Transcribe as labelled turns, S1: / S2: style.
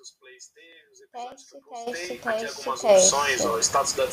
S1: os plays teve, os episódios que eu postei, teste, teste, algumas teste. opções, ó, o status da